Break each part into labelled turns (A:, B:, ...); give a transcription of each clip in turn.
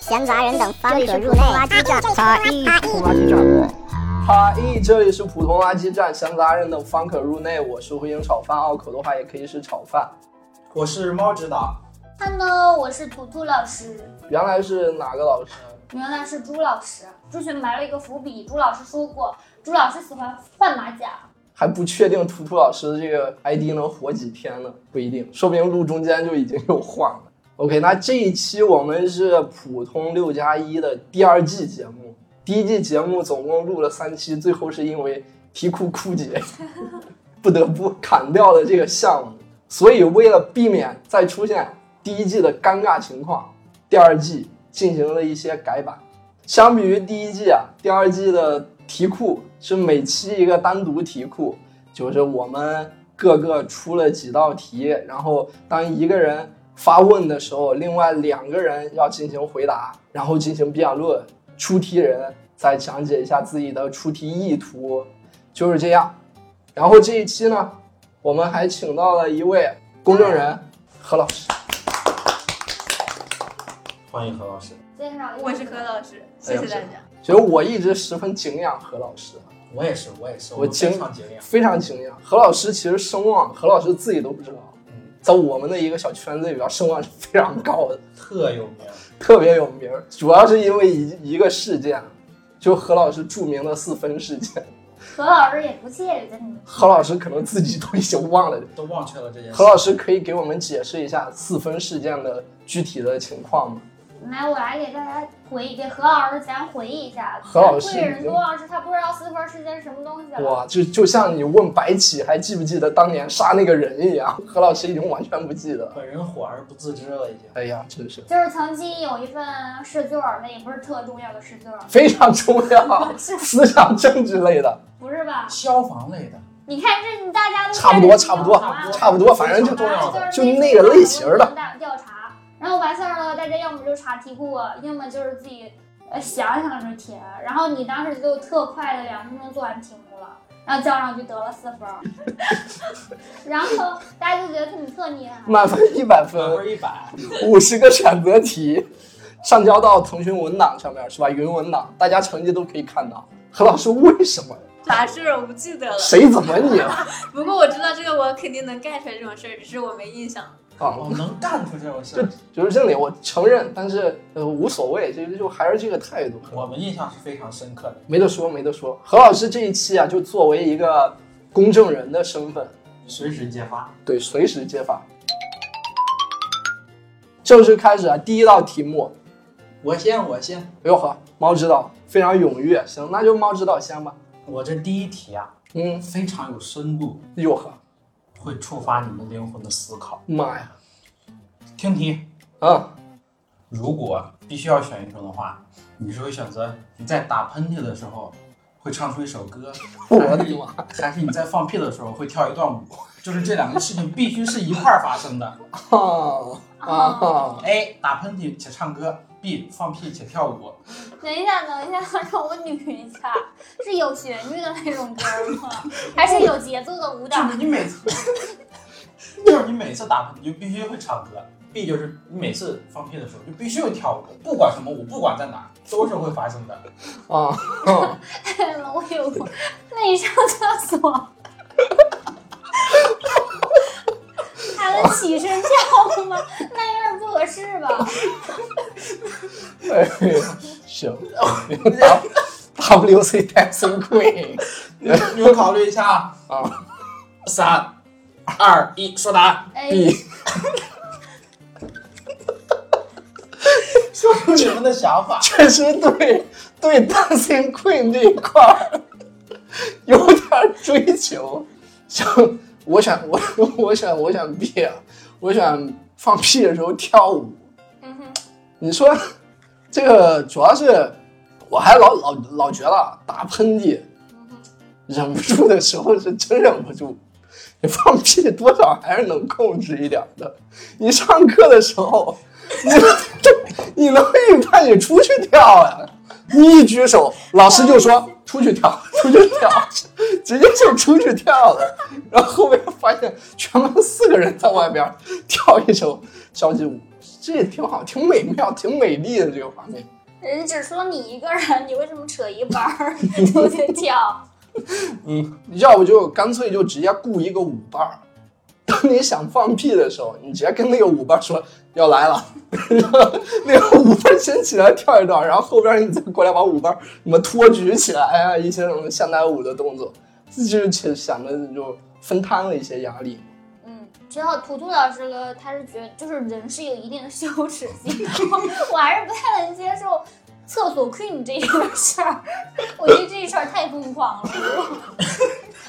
A: 闲杂人等方可入内。
B: 啊
A: 啊
B: 茶艺普通垃圾站，
C: 哈咦，这里是普通垃圾站，闲杂人等方可入内。我是回英炒饭，拗口的话也可以是炒饭。
D: 我是猫指导，
E: Hello，我是图图老师，
C: 原来是哪个老师？
E: 原来是朱老师。朱学埋了一个伏笔，朱老师说过，朱老师喜欢换马甲。
C: 还不确定图图老师的这个 ID 能火几天呢，不一定，说不定录中间就已经有换了。OK，那这一期我们是普通六加一的第二季节目，第一季节目总共录了三期，最后是因为题库枯竭， 不得不砍掉了这个项目。所以为了避免再出现第一季的尴尬情况，第二季进行了一些改版。相比于第一季啊，第二季的题库是每期一个单独题库，就是我们各个出了几道题，然后当一个人发问的时候，另外两个人要进行回答，然后进行辩论，出题人再讲解一下自己的出题意图，就是这样。然后这一期呢，我们还请到了一位公证人何老师。
D: 欢迎何老师。
E: 介绍一下
F: 我是何老师，
C: 哎
F: 谢
C: 呀
F: 谢大家。
C: 其实我一直十分敬仰何老师，
D: 我也是，我也是，
C: 我
D: 们
C: 经
D: 非常敬仰。
C: 非常敬仰何老师。其实声望，何老师自己都不知道，
D: 嗯，
C: 在我们的一个小圈子里边，声望是非常高的，
D: 特有名。
C: 特别有名儿。主要是因为一一个事件，就何老师著名的四分事件，
E: 何老师也不屑于跟你们
C: 何老师可能自己都已经忘 了。
D: 都忘却了这件事。
C: 何老师可以给我们解释一下四分事件的具体的情况吗？
E: 来，我来给大家回忆，给何老师咱回忆一下。
C: 何老师
E: 咱贵人多老师他不知道四分是件什么东西了。
C: 哇，就就像你问白起还记不记得当年杀那个人一样，何老师已经完全不记得了。
D: 本人火而不自知了，已经。
C: 哎呀，真是
E: 就是曾经有一份试卷儿，那也不是特重要的试卷儿，
C: 非常重要，思想政治类的。
E: 不是吧？
D: 消防类的，
E: 你看这大家都
C: 差不多，差不多
E: 好啊，
C: 差不多，反正就
D: 重要
E: 的
C: 就那个类型的。
E: 调查，然后完事儿了，大家要么就查题库，要么就是自己呃想想着填。然后你当时就特快的两分钟做完题目了，然后交上去得了四分儿， 然后大家就觉得你特厉害。
C: 满分一百
D: 满
C: 分，
D: 分一百，
C: 五十个选择题，上交到腾讯文档上面是吧？云文档，大家成绩都可以看到。何老师为什么？
F: 啥事儿我不记得了，
C: 谁怎么你啊了？
F: 不过我知道这个我肯定能干出来这种事儿，只是我没印象。
C: 啊
D: 我，哦能干出这种事
C: 就
D: 儿。
C: 就是这里，我承认，但是呃无所谓，这就还是这个态度，
D: 我们印象是非常深刻的。
C: 没得说，没得说。何老师这一期啊，就作为一个公证人的身份，
D: 随时揭发。
C: 对，随时揭发。正式开始啊，第一道题目，
D: 我先，我先，
C: 哎呦呵，猫指导非常踊跃，行，那就猫指导先吧。
D: 我这第一题啊，
C: 嗯，
D: 非常有深度，
C: 哟呵，
D: 会触发你们灵魂的思考。
C: 妈呀，
D: 听题，
C: 啊，
D: 如果必须要选一首的话，你是会选择你在打喷嚏的时候会唱出一首歌，
C: 我的妈，
D: 还是你在放屁的时候会跳一段舞？就是这两个事情必须是一块儿发生的。
C: 啊啊，
D: A 打喷嚏且唱歌，B 放屁且跳舞。
E: 等一下， 等一下，让我捋一下，是有旋律的那种歌吗？还是有节奏的舞蹈
D: 就？是你每次， 就是你每次打喷嚏就必须会唱歌。B 就是你每次放屁的时候就必须会跳舞，不管什么舞，不管在哪儿，都是会发生的。
C: 啊啊，
E: 对 了，我有过，那你上厕所，还能起身跳吗？ 那有点不合适吧？
C: 哎，行 ，WC Dancing Queen
D: 你们你们考虑一下啊，
C: 啊
D: 三、二、一，说答案。
E: 哎，
C: ，B
D: 说出你们的想法。
C: 确实对对 Dancing Queen 这一块儿有点追求，像我选我我选我选 B 啊，我选放屁的时候跳舞。
E: 嗯哼，
C: 你说这个主要是，我还老老老觉得打喷嚏，
E: 嗯
C: 忍不住的时候是真忍不住，你放屁多少还是能控制一点的。你 上课的时候，你你能不能让你出去跳呀、一举手，老师就说出去跳，出去跳，直接就出去跳了。然后后面发现全班四个人在外边跳一首消极舞，这也挺好，挺美妙，挺美丽的这个画面。
E: 人只说你一个人，你为什么扯一班儿 出去跳？
C: 嗯，要不就干脆就直接雇一个舞伴儿。 当你想放屁的时候，你直接跟那个舞伴说要来了， 然后那个舞伴先起来跳一段，然后后边你再过来把舞伴什么托举起来啊，一些什么现代舞的动作，就是其实想着就分摊了一些压力。
E: 嗯，知道图图老师了，他是觉得就是人是有一定的羞耻心的， 我还是不太能接受厕所 queen 这个事儿，我觉得这一事儿太疯狂了。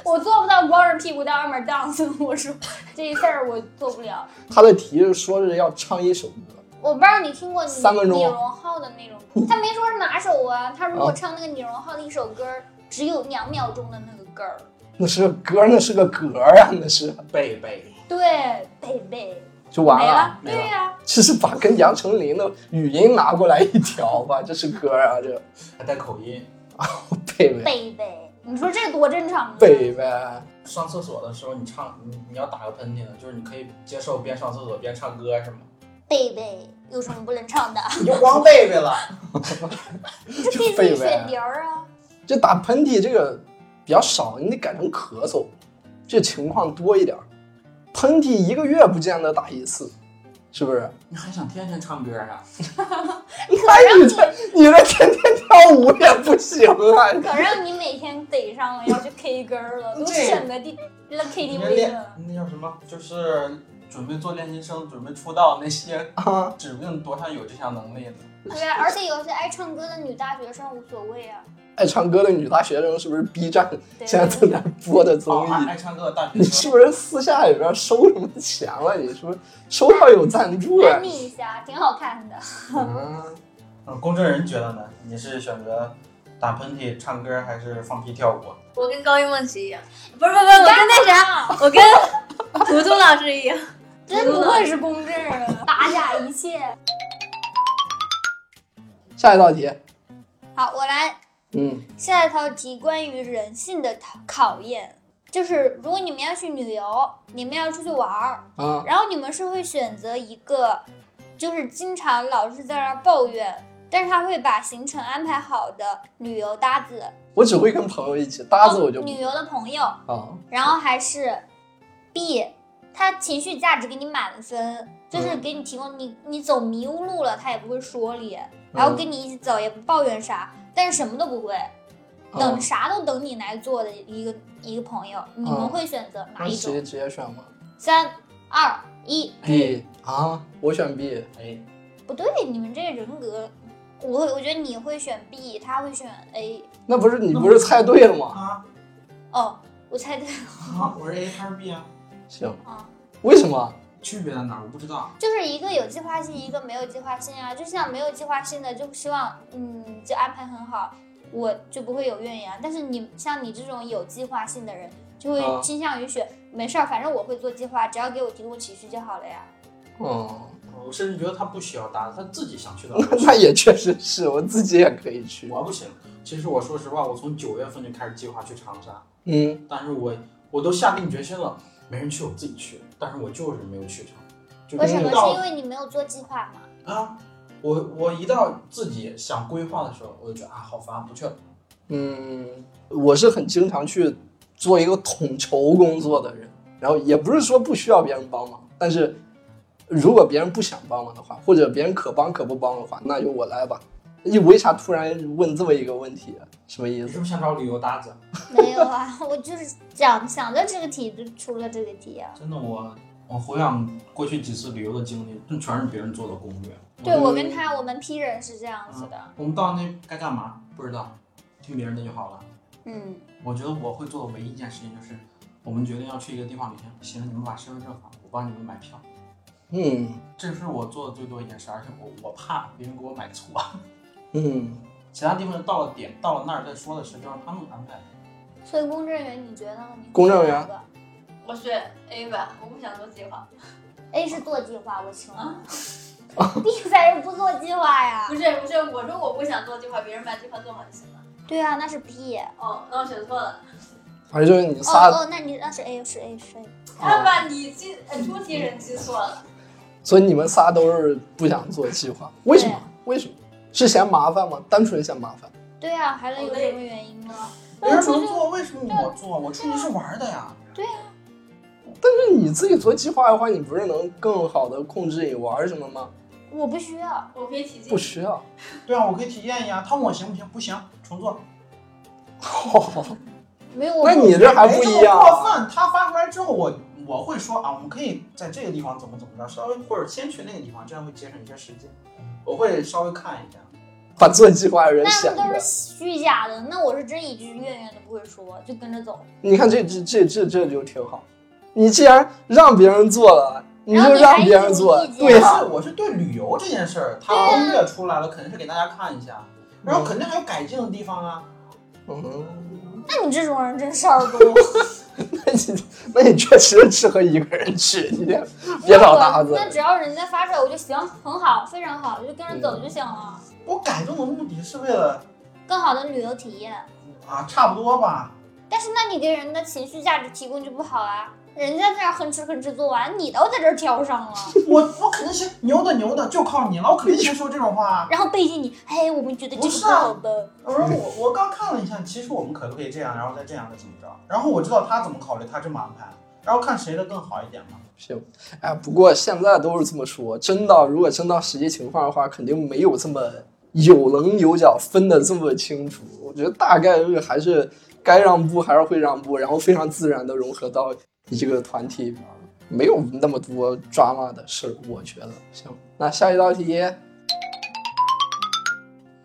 E: 我做不到光着屁股在外面 dance，我说这事儿我做不了。
C: 他的提示说是要唱一首歌，
E: 我不知道你听过
C: 三分
E: 李
C: 钟啊
E: 李荣浩的那种，他没说是哪首啊，他如果唱那个李荣浩的一首歌，只有两秒钟的那个歌儿，
C: 那是个歌，那是个格儿啊，那是
D: 贝贝，
E: 对，贝贝
C: 就完
E: 没
C: 了。
E: 了，
D: 没了
E: 对呀、
C: 这是把跟杨丞琳的语音拿过来一条吧，这是歌啊，这
D: 还带口音。
C: 贝贝
E: 贝贝，你说这多正常啊？
C: 贝贝。
D: 上厕所的时候，你唱，你你要打个喷嚏呢，就是你可以接受边上厕所边唱歌是吗？
E: 贝贝有什么不能唱的？
D: 你就光贝贝了。
E: 这可以自
C: 贝贝
E: 己选碟儿啊。
C: 这打喷嚏这个比较少，你得改成咳嗽，这情况多一点儿。喷嚏一个月不见得打一次，是 不是？
D: 你还想天天唱歌啊？
C: 那你这哎你这天天跳舞也不行啊！
E: 可让你每天逮上了要去 K 歌了，都
D: 对
E: 省得地了
D: 你
E: KTV
D: 练
E: 了。
D: 那叫什么？就是准备做练习生、准备出道那些，
C: 啊，
D: 指不定多少有这项能力的。
E: 对啊，而且有些爱唱歌的女大学生无所谓啊。
C: 爱唱歌的女大学生是不是 B 站
E: 对
C: 现在正在播的
D: 哦，
C: 综
D: 爱
C: 艺？
D: 爱唱歌的大学
C: 你是
D: 生，
C: 不是私下里边收什么钱了？你是不是收到有赞助啊
E: 安
C: 了？
E: 利一下，挺好看的。
C: 啊，
D: 嗯，公证人觉得呢？你是选择打喷嚏、唱歌，还是放屁跳舞？
F: 我跟高一梦琪一啊样，不是不是不是，我跟那啥，
E: 啥？
F: 我跟 图图老师一样。
E: 真不愧是公证啊！ 打假一切。
C: 下一道题，
E: 好，我来
C: 嗯，
E: 下一道题关于人性的考考验，就是如果你们要去旅游，你们要出去玩儿，
C: 啊，
E: 然后你们是会选择一个，就是经常老是在那儿抱怨，但是他会把行程安排好的旅游搭子，
C: 我只会跟朋友一起搭子，我就
E: 哦旅游的朋友，
C: 啊，
E: 然后还是 B，他情绪价值给你满分，就是
C: 嗯
E: 给你提供你你走迷路了，他也不会说你，
C: 嗯
E: 然后跟你一起走也不抱怨啥，但是什么都不会，
C: 啊
E: 等啥都等你来做的一个一个朋友，你们会选择
C: 哦
E: 哪
C: 那
E: 一
C: 直接
E: 种？
C: 直接选吗？
E: 三二一，
C: B 啊，我选 B。
D: 哎，
E: 不对，你们这个人格，我会我觉得你会选 B，他会选 A。
C: 那不是你不是猜对了吗？
D: 啊
E: 哦，我猜对了，
D: 啊！我是 A 还是 B 啊？
C: 行
E: 啊，
C: 为什么？
D: 区别在哪儿？我不知道。
E: 就是一个有计划性，一个没有计划性啊。就像没有计划性的，就希望嗯，就安排很好，我就不会有怨言啊。但是你像你这种有计划性的人，就
C: 啊
E: 会倾向于选、没事儿，反正我会做计划，只要给我提供情绪就好了呀。
C: 嗯，
D: 我甚至觉得他不需要搭子，他自己想去 哪儿就去哪
C: 那也确实是我自己也可以去
D: 儿。。我不行。其实我说实话，我从九月份就开始计划去长沙，
C: 嗯，
D: 但是我我都下定决心了，没人去我自己去，但是我就是没有去成。就
E: 为什么？是因
D: 到
E: 为你没有做计划嘛？
D: 啊，我我一到自己想规划的时候，我就觉得啊，好烦，不去了。
C: 嗯，我是很经常去做一个统筹工作的人，然后也不是说不需要别人帮忙，但是如果别人不想帮忙的话，或者别人可帮可不帮的话，那就我来吧。你为啥突然问这么一个问题？什么意
D: 你
C: 思
D: 是？不是想找旅游搭子？
E: 没有啊， 我就是想想到这个题就出了这个题啊。
D: 真的我。我回想过去几次旅游的经历，那全是别人做的攻略。
E: 对
C: 嗯
E: 我跟他，我们 P 人是这样子的，
D: 我们到那该干嘛不知道，听别人的就好了。
E: 嗯，
D: 我觉得我会做的唯一一件事情就是，我们决定要去一个地方旅行，行，你们把身份证发我，我帮你们买票。
C: 嗯
D: 这是我做的最多一件事，而且我我怕别人给我买错。
C: 嗯，
D: 其他地方到了点，到了那儿再说的事，就让他们安排。
E: 所以公证员你觉得呢？你
C: 公证员啊
E: 哪个
F: 我选 A 吧，我不想做计划。
E: A 是做计划，我请问。 B 才是不做计划呀
F: 不。是不是，我说我不想做计划，别人把计划做好就行了。
G: 对啊，那是 B。
F: 哦，那我选错了。
C: 反正就是你
G: 哦
C: 仨，
G: 哦，那你那是 A 是 A 是 A。
F: 看吧，你记呃出题人记错了。
C: 所以你们仨都是不想做计划，为什么？为什么？是嫌麻烦吗？单纯嫌麻烦。
G: 对啊，还能有什么原因呢？
D: 别人能做，为什么我做？我出去是玩儿的呀。
C: 那你自己做计划的话，你不是能更好的控制你玩什么吗？
G: 我不需要。
F: 我可以提进。
C: 不需 要。
D: 对啊，我可以体验一下，汤我行不行？不行，重做。
E: 没有，
C: 那你这还
D: 没
C: 不
D: 哎这
C: 一
D: 么
C: 样
D: 过
C: 啊？
D: 分，他发出来之后，我我会说啊，我们可以在这个地方怎么怎么着，稍微或者先去那个地方，这样会节省一些时间。我会稍微看一下。
C: 把做计划的人
E: 那
C: 显
E: 不都
C: 着
E: 是。虚假的？那我是真一句怨怨都不会说，就跟着走。
C: 你看这这这这这就挺好。你既然让别人做了，你
E: 然后
C: 就
E: 你
C: 让
E: 还
C: 别人
E: 有
C: 做
E: 意，见
C: 对
D: 但
C: 啊
D: 是，我是对旅游这件事儿，他攻略出来了，肯定是给大家看一下，然后肯定还有改进的地方啊。
C: 嗯，
E: 那你这种人真事儿多。
C: 那你那你确实适合一个人去，你别 别找搭子
E: 那我。那只要人家发出来，我就行，很好，非常好，就
C: 嗯
E: 跟着走就行了。
D: 我改动的目的是为了
E: 更好的旅游体验。
D: 啊，差不多吧。
E: 但是那你给人的情绪价值提供就不好啊，人家在那儿哼哧哼哧做完，你都在这儿挑上了，
D: 我我肯定是牛的牛的，就靠你了，我肯定先说这种话啊。
E: 然后背进你，嘿，我们觉得这
D: 不
E: 是
D: 是
E: 不
D: 啊
E: 好的。
D: 我说我我刚看了一下，其实我们可不可以这样，然后再这样，再怎么着？然后我知道他怎么考虑，他这么安排，然后看谁的更好一点嘛。
C: 行，哎，不过现在都是这么说，真的，如果真到实际情况的话，肯定没有这么有棱有角分得这么清楚。我觉得大概率还是该让步还是会让步，然后非常自然的融合到一个团体里面，没有那么多抓马的事儿，我觉得。行，那下一道题。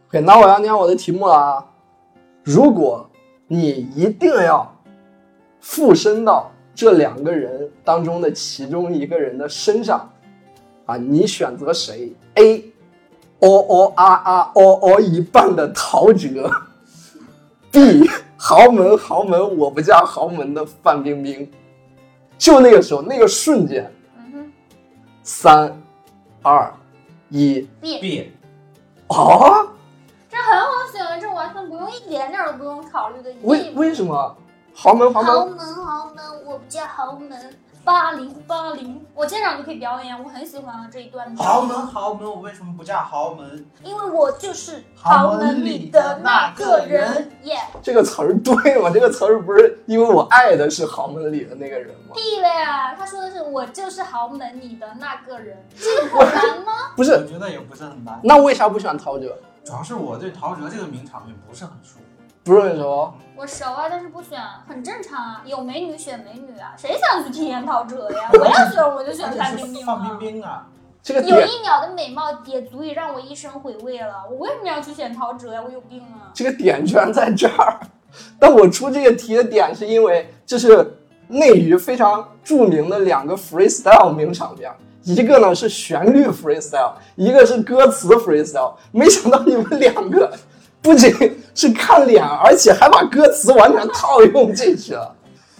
C: OK，那我要念我的题目了啊。如果你一定要附身到这两个人当中的其中一个人的身上，啊，你选择谁？A，哦哦啊啊哦哦一半的陶喆；B，豪门豪门我不嫁豪门的范冰冰。就那个时候，那个瞬间，
E: 嗯哼
C: 三、二、一，
E: ，B，
D: B，
C: 啊，
E: 这很好选的，这完全不用一点点儿都不用考虑的。
C: 为为什么豪门豪
E: 豪
C: 门？
E: 门豪门，我不叫豪门，八零八零，我现场就可以表演，我很喜欢这一段的。
D: 豪门豪门，我为什么不嫁豪门？
E: 因为我就是
D: 豪
E: 门
D: 门
E: 里
D: 里
E: 的
D: 的
E: 那
D: 那
E: 个
D: 个
E: 人
D: 人，
E: 耶、
C: 这个词儿对吗？这个词儿不是因为我爱的是豪门里的那个人吗？
E: 屁了呀！啊他说的是我就是豪门里的那个人， 这个很难吗？
C: 不是
D: 我，觉得也不是很难，
C: 那为啥不选陶喆？
D: 主要是我对陶喆这个名场面不是很熟。
C: 不是很熟，
E: 我熟啊，但是不选，很正常啊。有美女选美女啊，谁想去体验陶喆呀？ 我要选我就选
D: 而
E: 范
D: 且
E: 冰
D: 是
E: 冰
D: 范
E: 啊
D: 冰。冰啊，
C: 这个
E: 有
C: 点
E: 一秒的美貌也足以让我一生回味了。我为什么要去选陶喆呀？我有病啊！
C: 这个点居然在这儿。但我出这个题的点是因为这是内娱非常著名的两个 freestyle 名场面，一个呢是旋律 freestyle，一个是歌词 freestyle。没想到你们两个不仅是看脸，而且还把歌词完全套用进去了，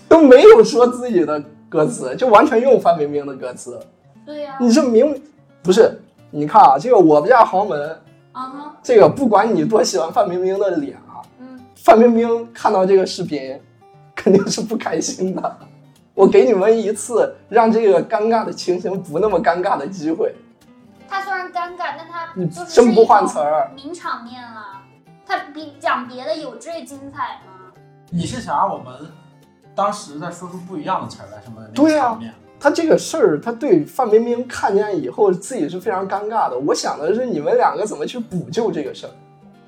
C: 都没有说自己的歌词，就完全用范冰冰的歌词。
E: 对呀、
C: 你这明不是？你看啊，这个我不嫁豪门，
E: 啊，哈，
C: 这个不管你多喜欢范冰冰的脸啊，
E: 嗯，
C: 范冰冰看到这个视频，肯定是不开心的。我给你们一次让这个尴尬的情形不那么尴尬的机会，
E: 他虽然尴尬，但他
C: 你
E: 就是
C: 真不换词儿，
E: 名场面啊。他比讲别的有这精彩吗？
D: 你是想让我们当时再说出不一样的词儿来什么的那
C: 对
D: 个
C: 啊
D: 场面？
C: 他这个事儿，他对范冰冰看见以后自己是非常尴尬的。我想的是你们两个怎么去补救这个事儿。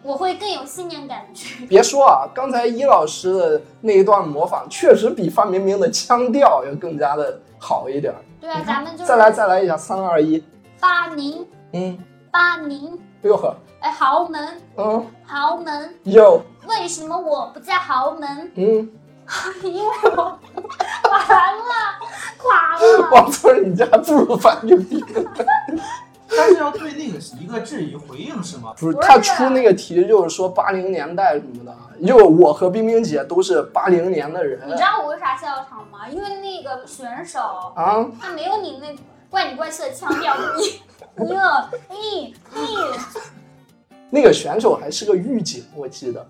E: 我会更有信念感去。
C: 别说啊，刚才伊老师的那一段模仿确实比范冰冰的腔调要更加的好一点儿。
E: 对啊，咱们就是
C: 再来再来一下，三二一，
E: 巴宁
C: 嗯，
E: 巴宁，
C: 哟呵，
E: 哎，豪门
C: 嗯，
E: 豪门，
C: 哟，
E: 为什么我不叫豪 门？
C: 嗯，
E: 因为我完了，垮了。
C: 王村儿，你这还不如范冰冰。
D: 但是要对那个一个质疑回应是吗？
C: 不是，
E: 不是
C: 他出那个题就是说八零年代什么的，因为我和冰冰姐都是八零年的人
E: 你知道我为啥笑场吗？因为那个选手
C: 啊。
E: 他没有你那怪里怪气的腔调，你
H: 呃一一
C: 那个选手还是个狱警，我记得，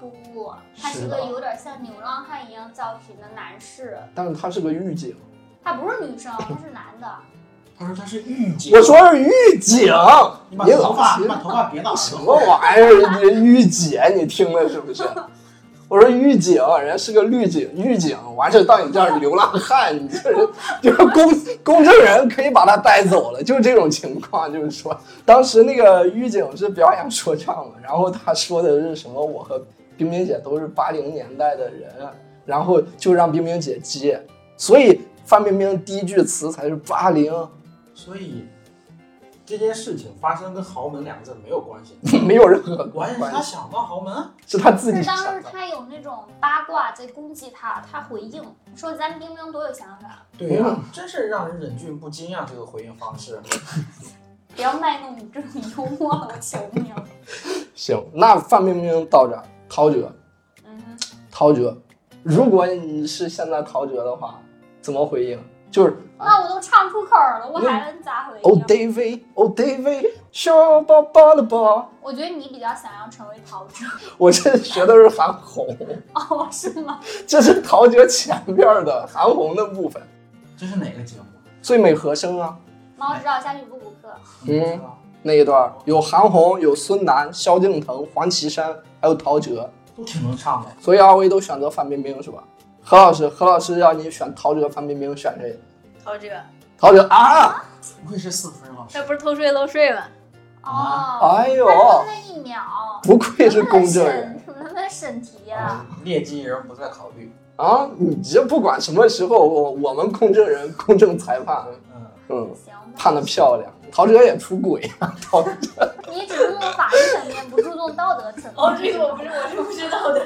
H: 不，他是个有点像流浪汉一样造型的男士，
C: 但是他是个狱警。
H: 他不是女生，他是男的。
D: 他说他是御姐，
C: 我说是狱警，
D: 你把
C: 你
D: 头
C: 老
D: 发，
C: 提
D: 你把头发别打
C: 什
D: 了。
C: 么玩意儿？你御姐，你听了是不是？我说狱警，人家是个绿警，狱警完事儿到你这儿流浪汉，你这人 就是公公证人可以把他带走了，就是这种情况。就是说，当时那个狱警是表演说唱嘛，然后他说的是什么？我和冰冰姐都是八零年代的人，然后就让冰冰姐接，所以范冰冰第一句词才是八零，
D: 所以这件事情发生跟豪门两个字没有关系，
C: 没有任何
D: 关
C: 关
D: 键是
C: 关
D: 他
C: 系，
D: 想到豪门，
C: 是他自己
H: 是
C: 想
H: 当时
C: 的。
H: 他有那种八卦在攻击他，他回应说咱冰冰多有想法，
D: 对呀、真是让人忍俊不禁呀、这个回应方式，
H: 不要卖弄你这种幽默了，我求你 了。
C: 行，那范冰冰到这儿，陶喆，
H: 嗯，
C: 陶喆，如果你是现在陶喆的话，怎么回应？就是
H: 那啊我都唱出口了，我还问咋回
C: Oh
H: 应？
C: David, Oh David, 小宝宝了吧？
H: 我觉得你比较想要成为陶喆，
C: 我这学的是韩红，
H: 哦，是吗？
C: 这是陶喆前边的韩红的部分，
D: 这是哪个节目？
C: 最美和声啊，
H: 猫知道下去补补课。
D: 你不知道，
C: 那一段有韩红，有孙楠、萧敬腾、黄绮珊，还有陶喆，
D: 都挺能唱的。
C: 所以二位都选择范冰冰是吧？何老师，何老师让你选陶喆、范冰冰，选谁？
F: 陶喆，
C: 陶喆啊，
D: 不愧是四分老师，
F: 那不是偷税漏税吗？
H: 哦，
C: 哎呦
H: 他，就那一秒，
C: 不愧是公证人。
H: 审什么审题呀？
D: 啊劣迹艺人不再考虑。
C: 啊，你这不管什么时候，我我们公证人、公证裁判，
D: 嗯，
C: 嗯，
H: 行吧，
C: 判的漂亮。陶喆也出轨啊，陶喆
H: 你只注重法律层面，不注重道德层面。
F: 哦，这个我不是我是不知道的。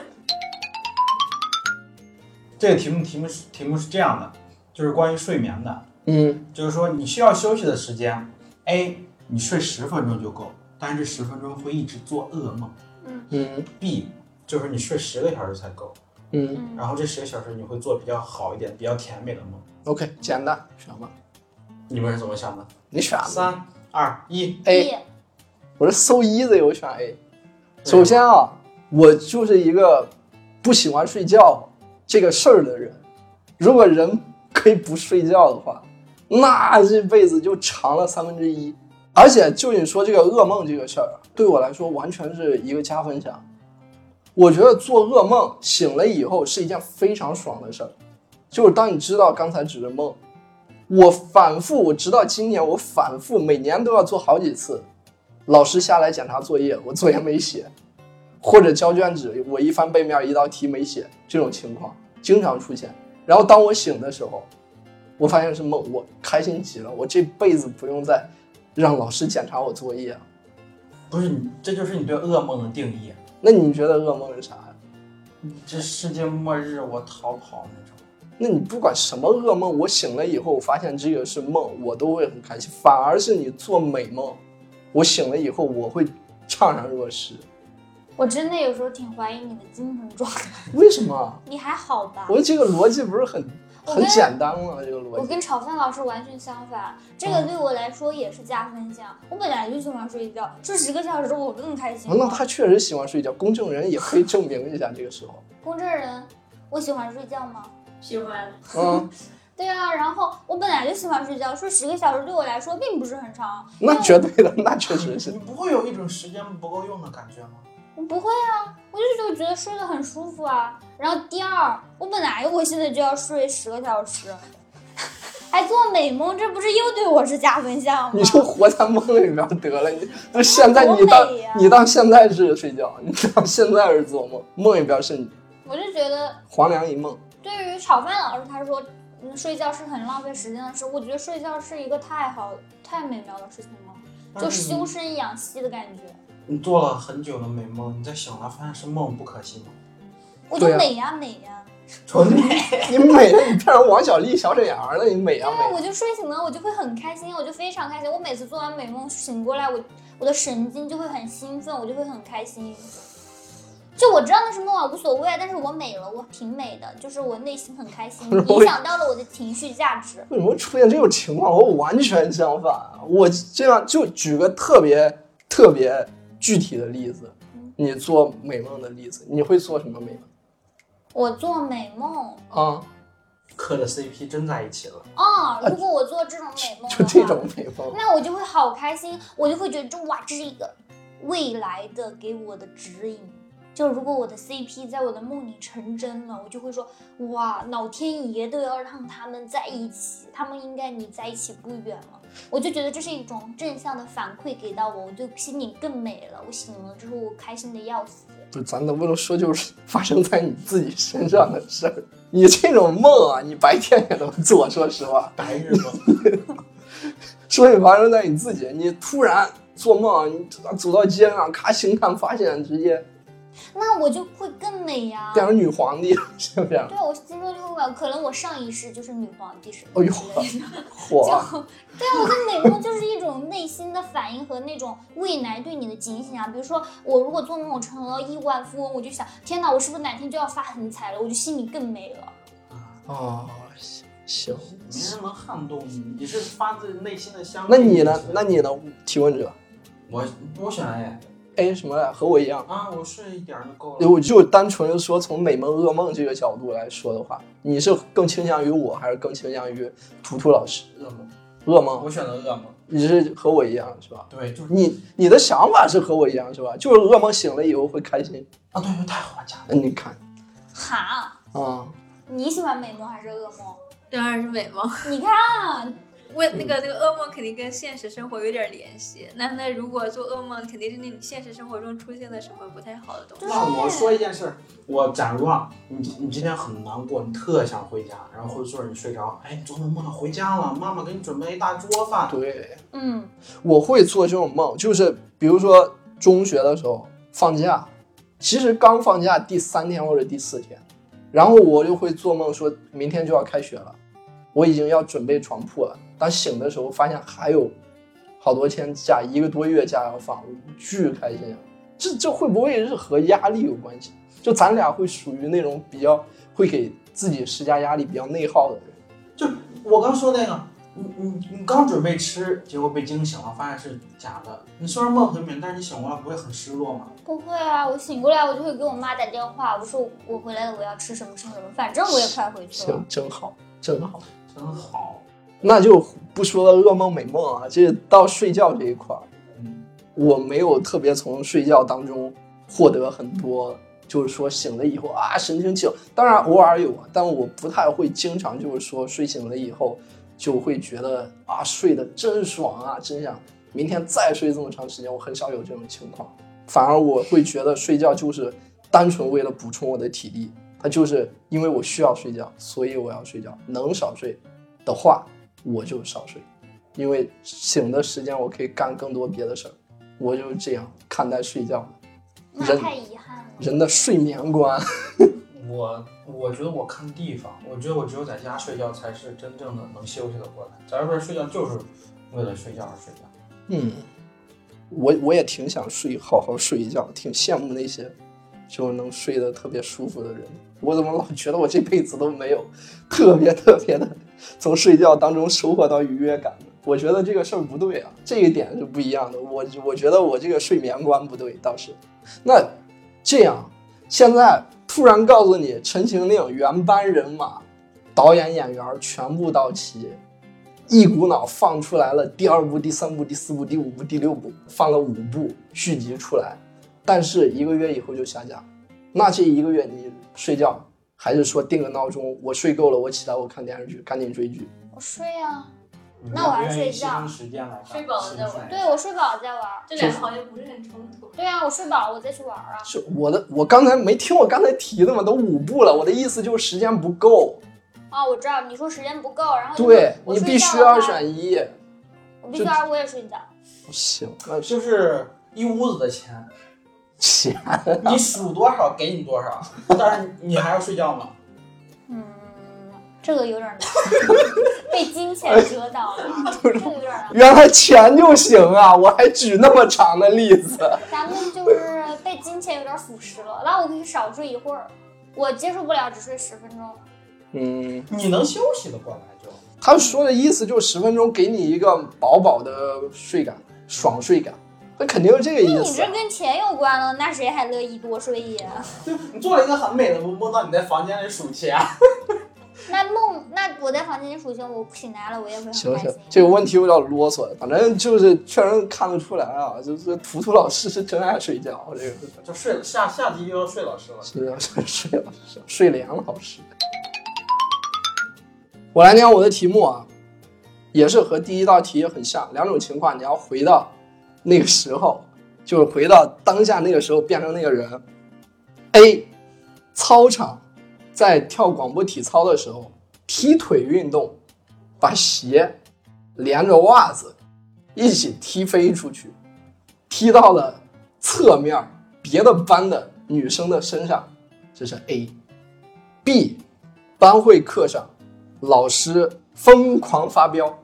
D: 这个题目题目是题目是这样的，就是关于睡眠的，
C: 嗯，
D: 就是说你需要休息的时间，A 你睡十分钟就够，但是这十分钟会一直做噩梦
C: 嗯
D: ；B 就是你睡十个小时才够，
C: 嗯
D: 然后这十个小时你会做比较好一点、比较甜美的梦。
C: ，OK，简单，选吧，
D: 你们是怎么想的？
C: 你选吧。哎
D: 三二一，
C: A，
H: B，
C: 我是 so easy，我选 A。首先啊，我就是一个不喜欢睡觉这个事儿的人。如果人可以不睡觉的话，那这辈子就长了三分之一。而且就你说这个噩梦这个事儿啊，对我来说完全是一个加分项。我觉得做噩梦醒了以后是一件非常爽的事儿，就是当你知道刚才只是梦，我反复，我直到今年，我反复每年都要做好几次。老师下来检查作业，我作业没写，或者交卷子我一翻背面一道题没写，这种情况经常出现。然后当我醒的时候，我发现是梦，我开心极了，我这辈子不用再让老师检查我作业了。啊
D: 不是你，这就是你对噩梦的定义。
C: 那你觉得噩梦是啥呀？
D: 这世界末日，我逃跑那种。
C: 那你不管什么噩梦，我醒了以后，我发现这个是梦，我都会很开心。反而是你做美梦，我醒了以后，我会怅然若失。
E: 我真的有时候挺怀疑你的精神状态。
C: 为什么？啊
E: 你还好吧？
C: 我这个逻辑不是很
E: 我
C: 很
E: 跟
C: 简单吗？这个逻
E: 我
C: 辑。
E: 跟炒饭老师完全相反，这个对我来说也是加分项。我本来就喜欢睡觉，睡十个小时我更开心
C: 啊，那
E: 了。
C: 他确实喜欢睡觉，公证人也可以证明一下这个时 候。
E: 公证人，我喜欢睡觉吗？
F: 喜欢
C: 嗯，
E: 对啊，然后我本来就喜欢睡觉，睡十个小时对我来说并不是很长。
C: 那绝对的，那确实是
D: 你。不会有一种时间不够用的感觉吗？
E: 我不会啊，我就就觉得睡得很舒服啊。然后第二，我本来我现在就要睡十个小时， 还做美梦，这不是又对我是加分项吗？
C: 你就活在梦里边得了，你那现在你当
E: 多美呀
C: 你当现在是睡觉，你当现在是做梦，梦里边是你
H: 我就觉得
C: 黄粱一梦。
H: 对于炒饭老师他说，嗯，睡觉是很浪费时间的事，我觉得睡觉是一个太好、太美妙的事情
C: 啊
H: 了，就
D: 但是
H: 修
D: 你
H: 身养息的感觉。
D: 你做了很久的美梦，你再醒来发现是梦，不可惜吗？
H: 我就
C: 对啊
H: 美呀、美呀、
D: 纯美。
C: 你美的你变成王小利、小沈阳了，你美呀
H: 那
C: 美啊
H: 我就睡醒了，我就会很开心，我就非常开心。我每次做完美梦醒过来，我我的神经就会很兴奋，我就会很开心。
E: 就我知道那是梦啊，无所谓啊，但是我美了，我挺美的，就是我内心很开心，
C: 我
E: 影响到了我的情绪价值。
C: 为什么会出现这种情况？和我完全相反啊。我这样就举个特别特别具体的例子，
E: 嗯
C: 你做美梦的例子，你会做什么美梦
E: 我做美梦
C: 啊？
D: 磕的 CP 真在一起了，
H: 哦
E: 啊、如果我做这种美梦的
C: 就
E: 话，
C: 这种美梦，
E: 那我就会好开心，我就会觉得这哇，这是一个未来的给我的指引。就如果我的 CP 在我的梦里成真了，我就会说哇，老天爷都要让他们在一起，他们应该离在一起不远了。我就觉得这是一种正向的反馈给到我，我就心里更美了。我醒了之后，我开心的要死。
C: 就咱能不能说就是发生在你自己身上的事儿？你这种梦啊，你白天也能做，说实话。
D: 白日 梦，
C: 所以发生在你自己，你突然做梦，你走到街上，咔星探发现，直接
E: 那我就会更美呀、
C: 变成女皇帝，是不是？
E: 对啊，我是金说六秒，可能我上一世就是女皇帝什
C: 哎
E: 么
C: 呦
E: 之类的。
C: 火啊！
E: 就对啊，我的美梦就是一种内心的反应和那种未来对你的警醒啊。比如说，我如果做梦我成了亿万富翁，我就想，天哪，我是不是哪天就要发横财了？我就心里更美了。
C: 哦，行。
D: 没人能撼动你，你是发自内心的相
C: 那
D: 信
C: 你呢？那你呢？提问者
D: 我我选 A
C: A 什么来？和我一样。
D: 啊，我睡一点儿就够了。
C: 我就单纯地说，从美梦、噩梦这个角度来说的话，你是更倾向于我，还是更倾向于图图老师？
D: 噩梦，
C: 噩梦，
D: 我选择噩梦。
C: 你是和我一样是吧？
D: 对，就是
C: 你你的想法是和我一样是吧？就是噩梦醒了以后会开心。
D: 啊，对，太好玩家了。
C: 那你看
E: 哈，
C: 啊，
E: 你喜欢美梦还是噩梦？
F: 当然是美梦。
E: 你看，
F: 我那个那个噩梦肯定跟现实生活有点联系。那那如果做噩梦，肯定是你现实生活中出现了什么不太好的东西。
D: 那我说一件事儿，我假如啊，你你今天很难过，你特想回家，然后或者说你睡着，哎，你做梦梦到回家了，妈妈给你准备了一大桌饭，
C: 对。
E: 嗯，
C: 我会做这种梦，就是比如说中学的时候放假，其实刚放假第三天或者第四天，然后我就会做梦说明天就要开学了，我已经要准备床铺了。当醒的时候发现还有好多天假，一个多月假要放，我巨开心啊。这这会不会是和压力有关系？就咱俩会属于那种比较会给自己施加压力、比较内耗的人。
D: 就我刚说那个，你你你刚准备吃，结果被惊醒了，发现是假的。你虽然梦很美，但是你醒过来不会很失落吗？
E: 不会啊，我醒过来我就会给我妈打电话，我说我回来了，我要吃什么吃什么，反正我也快回去了
C: 行。，真好，真好。
D: 真好。
C: 那就不说了，噩梦、美梦啊，这到睡觉这一块儿，
D: 嗯，
C: 我没有特别从睡觉当中获得很多，就是说醒了以后啊，神清气爽。当然偶尔有啊，但我不太会经常就是说睡醒了以后就会觉得啊，睡得真爽啊，真想明天再睡这么长时间，我很少有这种情况。反而我会觉得睡觉就是单纯为了补充我的体力，它就是因为我需要睡觉，所以我要睡觉。能少睡的话，我就少睡，因为醒的时间我可以干更多别的事儿。我就这样看待睡觉
E: 那
C: 人
E: 太遗憾了。
C: 人的睡眠观。
D: 我我觉得我看地方，我觉得我只有在家睡觉才是真正的能休息的过来。假如说睡觉就是为了睡觉而睡觉，
C: 嗯，我我也挺想睡，好好睡一觉，挺羡慕那些就能睡得特别舒服的人。我怎么老觉得我这辈子都没有 特别特别的从睡觉当中收获到愉悦感呢？我觉得这个事儿不对啊，这一点是不一样的。我我觉得我这个睡眠观不对，倒是。那这样，现在突然告诉你，《陈情令》原班人马，导演演员全部到齐，一股脑放出来了第二部、第三部、第四部、第五部、第六部，放了五部续集出来，但是一个月以后就下架。那这一个月你睡觉还是说定个闹钟，我睡够了，我起来我看电视剧，赶紧追剧。
E: 我睡啊，
D: 你
E: 那我还
D: 愿
E: 睡
D: 意牺
E: 觉
D: 牲时间来干
F: 睡饱了再玩
E: 对我睡饱了再玩儿。
F: 这两个好像不是很冲突。
E: 对啊，我睡饱了我再去玩儿啊。
C: 是我的，我刚才没听我刚才提的吗？都五部了，我的意思就是时间不够，
E: 啊，我知道你说时间不够，然后你
C: 对
E: 我
C: 你
E: 睡
C: 必须
E: 觉了
C: 二
E: 吧
C: 选一。
E: 我必须要我也睡觉。
C: 行，那是
D: 呃就是一屋子的 钱，
C: 行。
D: 你数多少给你多少，但是你还要睡觉吗？
E: 嗯，这个有点 难，被金钱折倒了，啊 这个有点难。
C: 原来钱就行啊！我还举那么长的例子，
E: 咱们就是被金听起来有点腐蚀了，那我可以少睡一会儿。我接受不了只睡十分钟，
C: 嗯，
D: 你能休息的过来就。
C: 他说的意思就是十分钟给你一个饱饱的睡感、爽睡感，那肯定是这个意
E: 你
C: 思啊
E: 这。跟钱有关了，那谁还乐意多睡呀？
D: 你做了一个很美的梦，梦到你在房间里数钱。
E: 那梦，那我在房间里数钱，我醒来了，我也会很
C: 行
E: 开
C: 行
E: 心，。
C: 这个问题有点啰嗦，反正就是确实看得出来啊，就是图图老师是真爱睡觉，这个
D: 就睡了，下下集又要睡老师了。
C: 是啊，是睡老师，睡莲老师。我来念我的题目啊，也是和第一道题很像，两种情况你要回到那个时候，就是回到当下那个时候变成那个人。A，操场在跳广播体操的时候，踢腿运动，把鞋连着袜子一起踢飞出去，踢到了侧面儿别的班的女生的身上，这是 A。B，班会课上，老师疯狂发飙，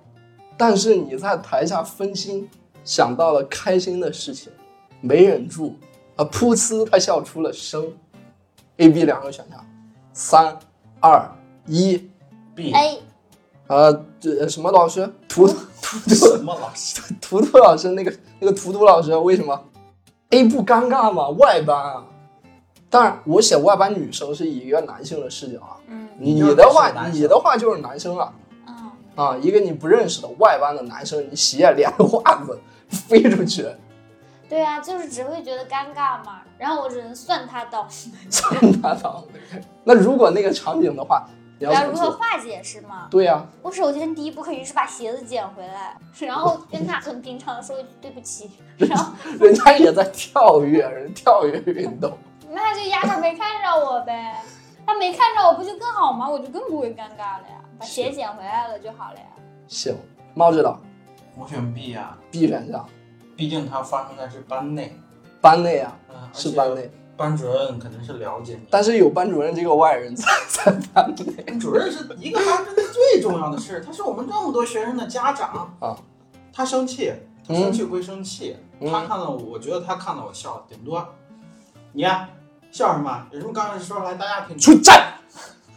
C: 但是你在台下分心，想到了开心的事情，没忍住，啊，噗呲，他笑出了声。A、B 两个选项，三、二、一，
D: B
E: A
C: 呃，这什么老师？图图图
D: 什么老师？
C: 图图老师那个那个图图老师为什么 A 不尴尬吗？外班啊，当然我写外班女生是以一个男性的视角啊，
E: 嗯
C: 你
D: 就是
C: 的话
D: 男生
C: 你的话就是男生啊
E: 嗯，
C: 啊，一个你不认识的外班的男生，你鞋连着袜子飞出去，
E: 对啊，就是只会觉得尴尬嘛，然后我只能算他到，
C: 算他倒霉。那如果那个场景的话，你要
E: 要
C: 怎
E: 啊如
C: 么
E: 何
C: 做？
E: 化解是吗？
C: 对啊呀、
E: 我首先第一步肯定是把鞋子捡回来，然后跟他很平常的说一句对不起，然后
C: 人家也在跳跃，人跳跃运动。
E: 那他就压根儿没看着我呗，他没看着我不就更好吗？我就更不会尴尬了呀，把鞋捡回来了就好了呀。
C: 行，猫指导
D: 我选 B 呀、
C: B 选项，
D: 毕竟它发生在这班内，
C: 班内啊，
D: 嗯、而
C: 是
D: 且
C: 班内，
D: 班主任肯定是了解你，
C: 但是有班主任这个外人在在班内。
D: 班哎主任是一个班真的最重要的事，他是我们这么多学生的家长
C: 啊。
D: 他生气，他生气归生气，
C: 嗯
D: 他看到我，我觉得他看到我笑，顶多你呀笑什么？有什么刚开始说出来，大家听。
C: 出站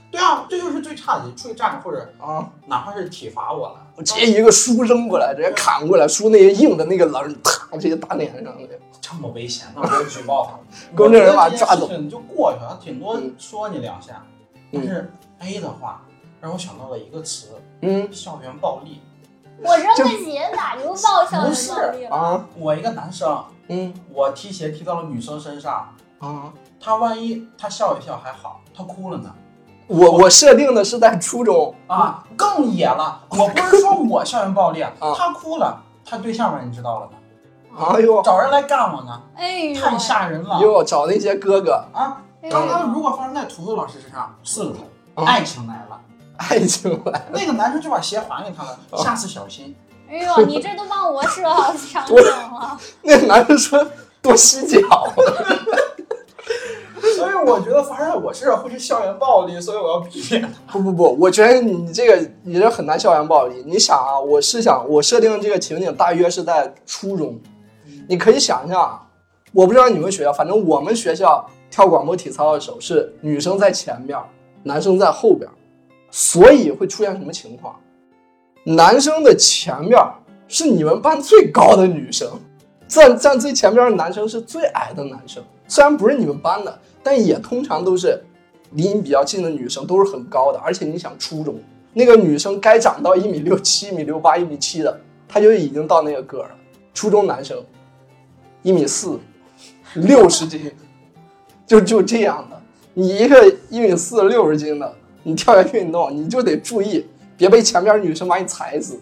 D: 对啊，这就是最差的，出去站着或者
C: 啊！
D: 哪怕是体罚我了，
C: 我直接一个书扔过来，直接砍过来，书那些硬的那个棱，啪，直接打脸上去。
D: 这么危险，那我就举报他。
C: 公证人把他抓走
D: 我觉得这件事情就过去了，顶多
C: 嗯
D: 说你两下。但是 A 的话，让我想到了一个词：
C: 嗯
D: 校园暴力。
E: 我扔个鞋哪就报销
D: 不
E: 了
D: 是
E: 暴力了？
C: 啊
D: 我一个男生，
C: 嗯
D: 我踢鞋踢到了女生身上，
C: 啊！
D: 她万一她笑一笑还好，她哭了呢。
C: 我我设定的是在初中，
D: 啊，更野了！我不是说我校 园暴力，
C: 嗯
D: 她哭了，她对象们你知道了呢，
C: 哎呦
D: 找人来干我呢，
E: 哎呦，
D: 太吓人了。
C: 哟，找那些哥哥，
D: 啊，
E: 哎
D: 刚
E: 呦
D: 刚如果发生在图图老师身上，是不是
C: 啊
D: 爱情来了？
C: 爱情来，
D: 那个男生就把鞋还给他 了，
C: 啊
D: 下次小心。
E: 哎呦，你这都帮我设好场景了。
C: 那个男的说多洗脚，
D: 所以我觉得发生在我身上会是校园暴力，所以我要避免。
C: 不不不，我觉得你这个你这很难校园暴力。你想啊，我是想我设定的这个情景大约是在初中，你可以想象啊，我不知道你们学校，反正我们学校跳广播体操的时候是女生在前面，男生在后边，所以会出现什么情况？男生的前面是你们班最高的女生，站站最前面的男生是最矮的男生，虽然不是你们班的，但也通常都是离你比较近的女生都是很高的，而且你想初中那个女生该长到一米六七、一米六八、一米七的，她就已经到那个个儿了。初中男生一米四，六十斤，就就这样的。你一个一米四六十斤的，你跳下运动你就得注意，别被前边女生把你踩死。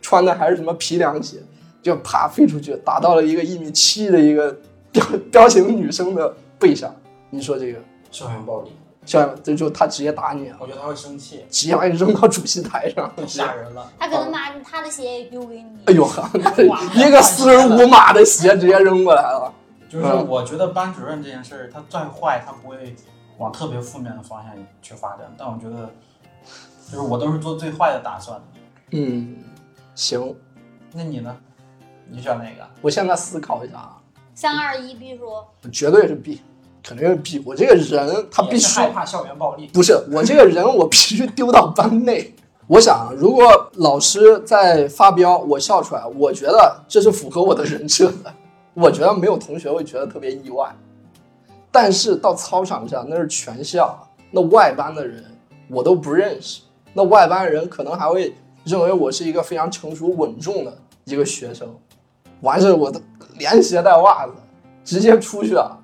C: 穿的还是什么皮凉鞋，就啪飞出去，打到了一个一米七的一个 彪彪形女生的背上。你说这个？
D: 校园暴力，
C: 校园这就他直接打你，啊
D: 我觉得他会生气，
C: 直接把你扔到主席台 上。
D: 太吓人了。
E: 他可能把他的鞋也丢给你。
C: 哎呦呵， 一个四十五码的鞋直接扔过来了。
D: 就是
C: 嗯
D: 我觉得班主任这件事儿，他再坏，他不会往特别负面的方向去发展。但我觉得，就是我都是做最坏的打算。
C: 嗯，行，
D: 那你呢？你选哪个？
C: 我现在思考一下啊，
E: 三二一，B 说，
C: 绝对是 B，肯定是 B。我这个人他必
D: 也是
C: 须
D: 害怕校园暴力。
C: 不是我这个人，我必须丢到班内。 我想，如果老师在发飙，我笑出来，我觉得这是符合我的人设的。我觉得没有同学会觉得特别意外，但是到操场上那是全校，那外班的人我都不认识，那外班人可能还会认为我是一个非常成熟稳重的一个学生，完事我都连鞋带袜子直接出去了。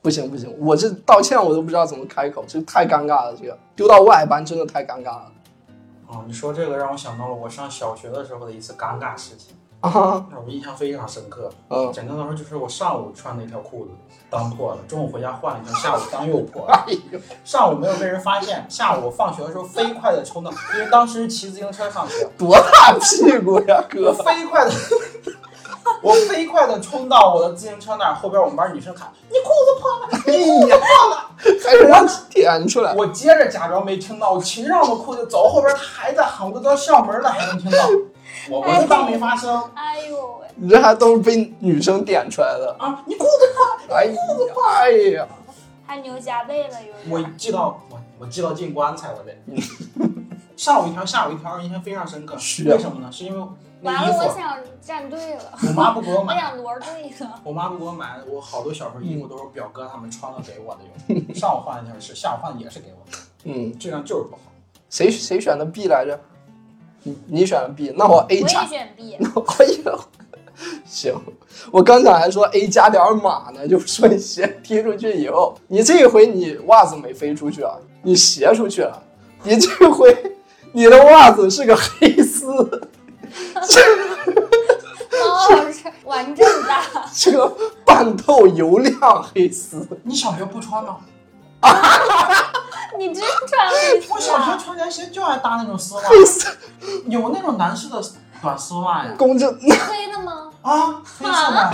C: 不行不行，我这道歉我都不知道怎么开口，这太尴尬了，这个丢到外班真的太尴尬了
D: 哦，你说这个让我想到了我上小学的时候的一次尴尬事情，
C: 啊！
D: 让我印象非常深刻。
C: 嗯，
D: 简单的说，就是我上午穿的一条裤子裆破了，中午回家换了一条，下午裆又破了。
C: 哎呦，
D: 上午没有被人发现，下午我放学的时候飞快的冲到，因为当时骑自行车上学，
C: 多大屁股呀，
D: 我
C: 哥！
D: 飞快的， 我飞快的冲到我的自行车那儿，后边我们班女生喊：“你裤子破了！”
C: 哎呀，还是让舔出来，
D: 我接着假装没听到，我骑上我裤子走，后边他还在喊，我都到校门了还能听到，我我就当没发生
H: 哎呦喂，
C: 你这还都是被女生点出来的。
D: 啊！你裤子，
C: 哎呀，哎呀，
E: 汗流浃背了，有
D: 我
E: 点。
D: 记到我我记到进棺材了得，上午一条下午一条，印象非常深刻。
C: 是啊
D: 为什么呢？是因为
E: 完
D: 那衣
E: 了，我
D: 服，
E: 想站队了，
D: 我妈不给我
E: 我
D: 买，
E: 想轮队了。
D: 我妈不给我买，我好多小时候衣服都是我表哥他们穿了给我的用，上午换一条是，下午换的也是给我的，
C: 嗯，
D: 质量就是不好。
C: 谁谁选的 B 来着？你你选的 B，那我 A
E: 我也
C: 加。
E: 选 B，
C: 哎呦，行，我刚才还说 A 加点儿码呢，就顺鞋踢出去以后，你这一回你袜子没飞出去啊，你斜出去了，你这回你的袜子是个黑丝，
E: 哦，是完整的。
C: 是个半透油亮黑丝，
D: 你小学不穿吗？
E: 你真穿了一次
D: 我小学
E: 啊？
D: 穿凉鞋就爱搭那种丝 袜，
C: 黑丝
D: 有那种男士的短丝袜呀，
C: 公正，
E: 黑的吗？
D: 啊，黑色的，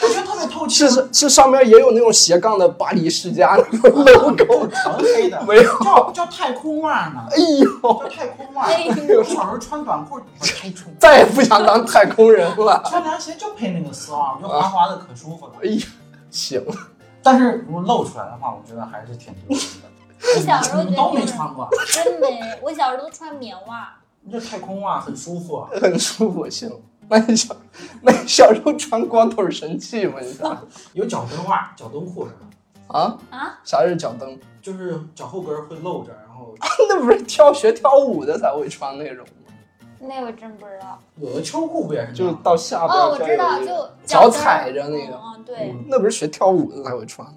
D: 我觉得特别透气
C: 是，是是上面也有那种斜杠的巴黎世家那种 logo，
D: 纯黑的，
C: 没有，
D: 叫叫太空袜呢，
C: 哎呦，
D: 叫太空袜。
E: 哎
D: 我
E: 呦，
D: 小时候穿短裤，不是太 空，
C: 再也不想当太空人了，
D: 穿凉鞋就配那个丝袜，我觉得滑滑的可舒服了。
C: 哎呀，行，
D: 但是如果露出来的话，我觉得还是 挺丢人
E: 我小时
D: 的。
E: 候
D: 你
E: 觉
D: 们都
E: 得
D: 没穿过，
E: 真没，我小时候都穿棉袜。
D: 这太空袜很舒服。啊
C: 很舒服，行。那你小，那你小时候穿光腿神器吗？你说
D: 有脚蹬袜、脚蹬裤什么的，
C: 啊
E: 啊？
C: 啥是脚蹬？
D: 就是脚后跟会露着，然后
C: 那不是跳学跳舞的才会穿那种吗？
E: 那我真不知道。
D: 有的秋裤不也是这
C: 就
D: 样
C: 是
D: 吗？
C: 到下边
E: 哦，我
C: 这
E: 知道，
C: 有一个
E: 就
C: 脚
E: 脚
C: 踩
E: 跟
C: 着
E: 儿
C: 那个
E: 嗯，嗯对，
C: 那不是学跳舞的才会穿的。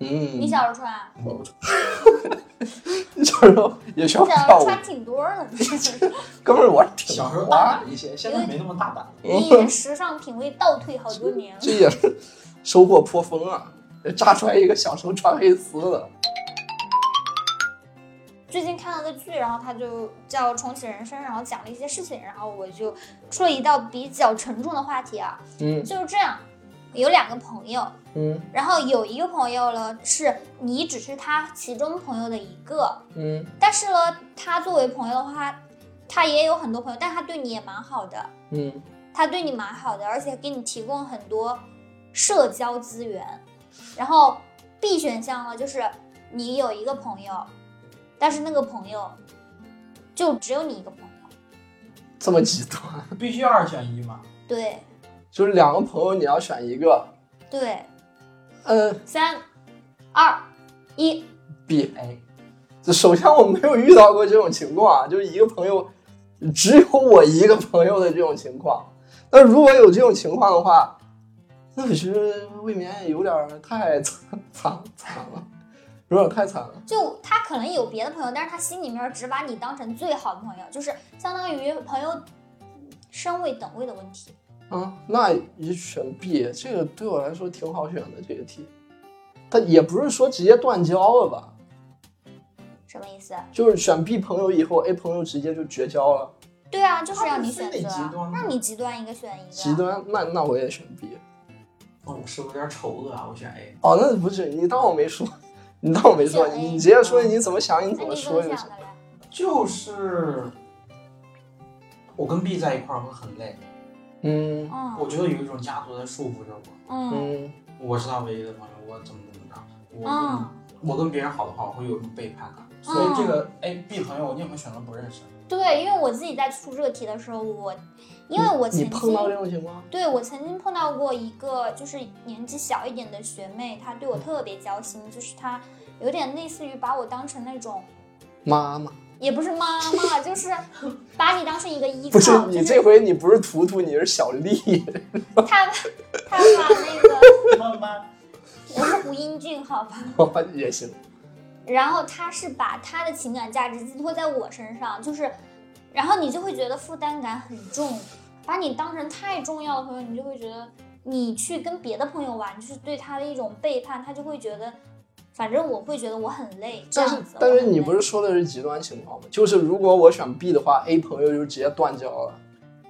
C: 嗯，
E: 你小时候 穿啊，
D: 我不
C: 你小时候也学
E: 你小时
C: 跳舞？
E: 候穿挺多的，
C: 哥们儿，我挺
D: 小时候
C: 滑
D: 大胆一些，现在没那么大胆。
E: 你的时尚品味倒退好多年了
C: 这。也是收获颇丰啊！炸出来一个小时候穿黑丝的，
E: 最近看了个剧，然后它就叫《重启人生》，然后讲了一些事情，然后我就出了一道比较沉重的话题啊，
C: 嗯
E: 就是这样，有两个朋友，
C: 嗯
E: 然后有一个朋友呢是你只是他其中朋友的一个，
C: 嗯
E: 但是呢，他作为朋友的话，他也有很多朋友，但他对你也蛮好的，
C: 嗯，
E: 他对你蛮好的，而且给你提供很多社交资源。然后 B 选项呢，就是你有一个朋友，但是那个朋友就只有你一个朋友。
C: 这么极端，
D: 必须二选一嘛。
E: 对
C: 就是两个朋友你要选一个，
E: 对，
C: 嗯
E: 三二一，
C: ，B。
D: 哎，
C: 就首先我没有遇到过这种情况啊，就是一个朋友只有我一个朋友的这种情况。那如果有这种情况的话，那我觉得未免有点儿太惨惨惨了，有点儿太惨了。
E: 就他可能有别的朋友，但是他心里面只把你当成最好的朋友，就是相当于朋友身位等位的问题。
C: 啊，那你选 B，这个对我来说挺好选的这个题，但也不是说直接断交了吧，
E: 什么意思？
C: 就是选 B 朋友以后，A 朋友直接就绝交了，
E: 对啊，就是让你
D: 他
E: 选
D: 不是非
E: 择
D: 得极
E: 啊，
D: 端吗
E: 让你极端一个选一个啊。
C: 极端。那那我也选 B。
D: 哦，我是不是有点丑恶啊？我选 A。
C: 哦，那不是你当我没说，你当我没说，
E: 选 A
C: 你直接说你怎么想，你
E: 那
C: 怎么
E: 哎嗯你怎
C: 说
E: 么
C: 就行
E: 想。的嘞？
D: 就是我跟 B 在一块儿会很累，
C: 嗯
D: 我
E: 嗯
D: 觉得有一种家族的束缚着我，
E: 嗯
C: 嗯
D: 我是他唯一的朋友，我怎么怎么着，我、
E: 嗯，
D: 我跟别人好的话，我会有一种背叛感，所以这个 A B 朋友，你有没有选择不认识？
E: 对，因为我自己在出这个题的时候，我因为我曾
C: 你
E: 经
C: 碰到这种情况？
E: 对我曾经碰到过一个就是年纪小一点的学妹，她对我特别交心，就是她有点类似于把我当成那种。
C: 妈妈，
E: 也不是妈妈， 就是把你当成一个依 靠。
C: 不是
E: 就
C: 你这回你不是图图，你是小丽。
E: 他他把那个
D: 妈妈，
E: 我是胡英俊，好吧？
C: 也行，
E: 然后他是把他的情感价值寄托在我身上，就是，然后你就会觉得负担感很重，把你当成太重要的朋友，你就会觉得你去跟别的朋友玩，就是对他的一种背叛，他就会觉得，反正我会觉得我很累。这
C: 但
E: 样
C: 是
E: 子
C: 但是你不
E: 是
C: 是说的是极端情况吗？就是如果我选 B 的话，A 朋友就直接断交了。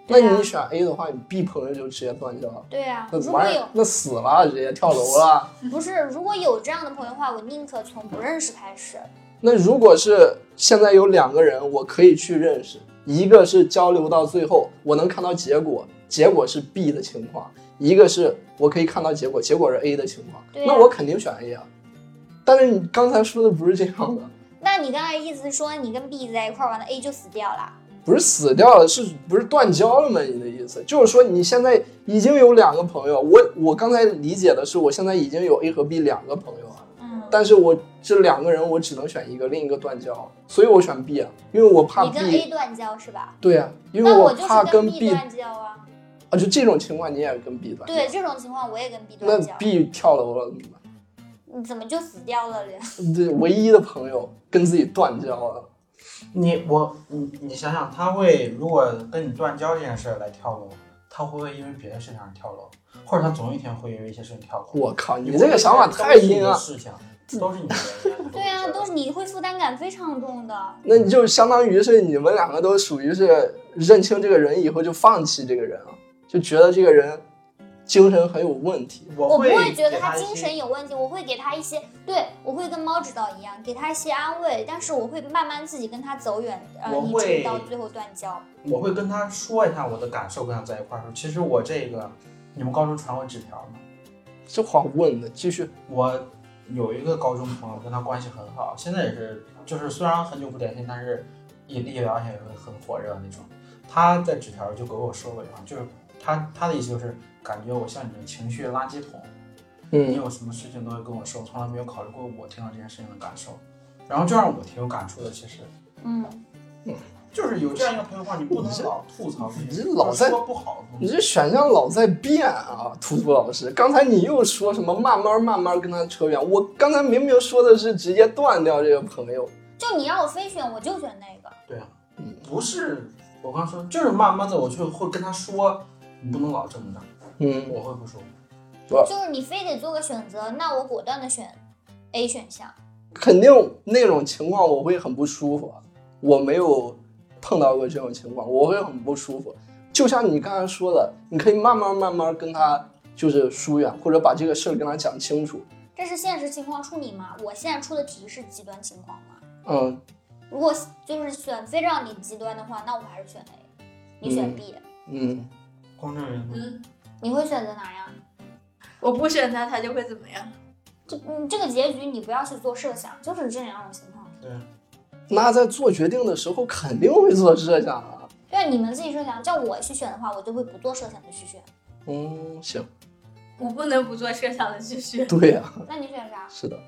C: 那
E: 对啊
C: 你选 A 的话，你 B 朋友就直接断交了。
E: 对啊，
C: 那
E: 如果
C: 完
E: 有
C: 了，那死了，直接跳楼了。
E: 不是如果有这样的朋友的话，我宁可从不认识开始。
C: 那如果是现在有两个人，我可以去认识，一个是交流到最后，我能看到结果，结果是 B 的情况；一个是我可以看到结果，结果是 A 的情况。
E: 对啊
C: 那我肯定选 A 啊。但是你刚才说的不是这样的，啊
E: 那你刚才意思是说你跟 B 在一块儿玩的 A 就死掉了？
C: 不是死掉了，是不是断交了吗？你的意思就是说你现在已经有两个朋友，我我刚才理解的是我现在已经有 A 和 B 两个朋友了。
E: 嗯，
C: 但是我这两个人我只能选一个，另一个断交，所以我选 B 啊，因为我怕
E: 你
C: B，
E: 跟 A 断交是吧？
C: 对啊，因为
E: 那我就是
C: 怕跟
E: B 断交啊。
C: 啊，就这种情况你也跟 B 断交，
E: 对，这种情况我也跟 B
C: 那
E: 断交。
C: B 跳楼了怎么办？
E: 你怎么就死掉了嘞？
C: 这唯一的朋友跟自己断交了，
D: 你我你你想想，他会如果跟你断交这件事儿来跳楼，他会不会因为别的事情而跳楼，或者他总有一天会因为一些事情跳楼？
C: 我靠，你
D: 会
C: 这个想法
D: 觉得
C: 太阴
D: 都
C: 暗，
D: 是你的事情都是你的原 因。
E: 对 啊，都
D: 是
E: 是你会负担感非常重的。
C: 那你就相当于是你们两个都属于是认清这个人以后就放弃这个人了，就觉得这个人精神很有问题。
E: 我
D: 我
E: 不会觉
D: 给
E: 得他
D: 一些
E: 精神有问题，我会给他一些，对我会跟猫指导一样，给他一些安慰，但是我会慢慢自己跟他走远，呃，
D: 我
E: 一
D: 会
E: 直到最后断交。
D: 我会跟他说一下我的感受，跟他在一块儿说，其实我这个，你们高中传我纸条吗？
C: 这话问的，继续。
D: 我有一个高中朋友，跟他关系很好，现在也是，就是虽然很久不联系，但是一一聊起来也会很火热那种。他在纸条就给我说过一句话，就是他他的意思就是感觉我像你的情绪垃圾桶，你
C: 嗯，
D: 有什么事情都会跟我说，从来没有考虑过我听到这件事情的感受。然后这让我挺有感触的，其实
E: 嗯，
D: 就是有这样一个朋友的话，你不能老吐槽别人，
C: 你老在
D: 说不好的东
C: 你
D: 西。
C: 这选项老在变啊，图图老师。刚才你又说什么慢慢慢慢跟他扯远，我刚才明明说的是直接断掉这个朋友。
E: 就你让我非选，我就选那个。
D: 对啊，
C: 嗯
D: 不是我刚说，就是慢慢的我就会跟他说，你不能老这么着，
C: 嗯，
D: 我会不舒服。
E: 就是你非得做个选择，那我果断的选 A 选项。
C: 肯定那种情况我会很不舒服。我没有碰到过这种情况，我会很不舒服。就像你刚才说的，你可以慢慢慢慢跟他就是疏远，或者把这个事儿跟他讲清楚。
E: 这是现实情况处理吗？我现在出的题是极端情况吗？
C: 嗯，
E: 如果就是选非让你极端的话，那我还是选 A，你选
C: 嗯
E: B，、
C: 嗯，
D: 公证人呢
F: 嗯，
E: 你会选择哪样？
F: 我不选他，他就会怎么样？
E: 这嗯，这个结局你不要去做设想，就是这两种情况。
D: 啊
C: 那在做决定的时候肯定会做设想啊。
E: 对，你们自己设想，叫我去选的话，我就会不做设想的去选。
C: 嗯，行，
F: 我不能不做设想的去选
C: 对呀、
E: 那你选啥？
C: 是的，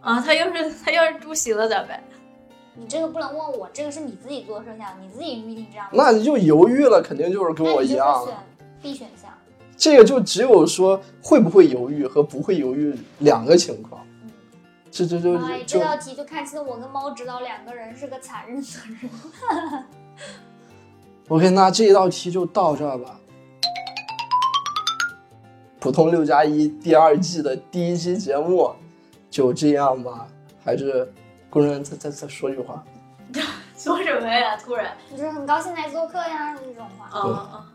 F: 啊！他要是他要是出席了咋办？
E: 你这个不能问我，这个是你自己做设想，你自己预定这样的。
C: 那你就犹豫了，肯定就是跟
E: 那
C: 我
E: 你
C: 一
E: 嗯就是
C: 样
E: 选
C: 了。
E: B 选项。
C: 这个就只有说会不会犹豫和不会犹豫两个情况，
E: 嗯，啊
C: 这这就
E: 妈呀，这
C: 就
E: 道题就看清我跟猫指导两个人是个残忍的人。
C: OK，那这一道题就到这儿吧。普通六加一第二季的第一期节目就这样吧，还是工人再再再说句话。
F: 说什么呀？突然，
E: 就是很高兴来做客呀，这种话。
F: 啊啊！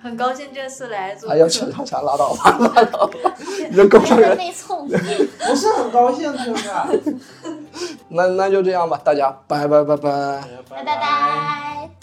F: 很高兴这次来做
C: 哎呀，
F: 客
C: 扯啥啥拉倒吧，拉倒吧。你这工
E: 还是
C: 人，
E: 背诵。
D: 不是很高兴，是不是？
C: 那那就这样吧，大家拜拜拜拜。
E: 拜拜拜。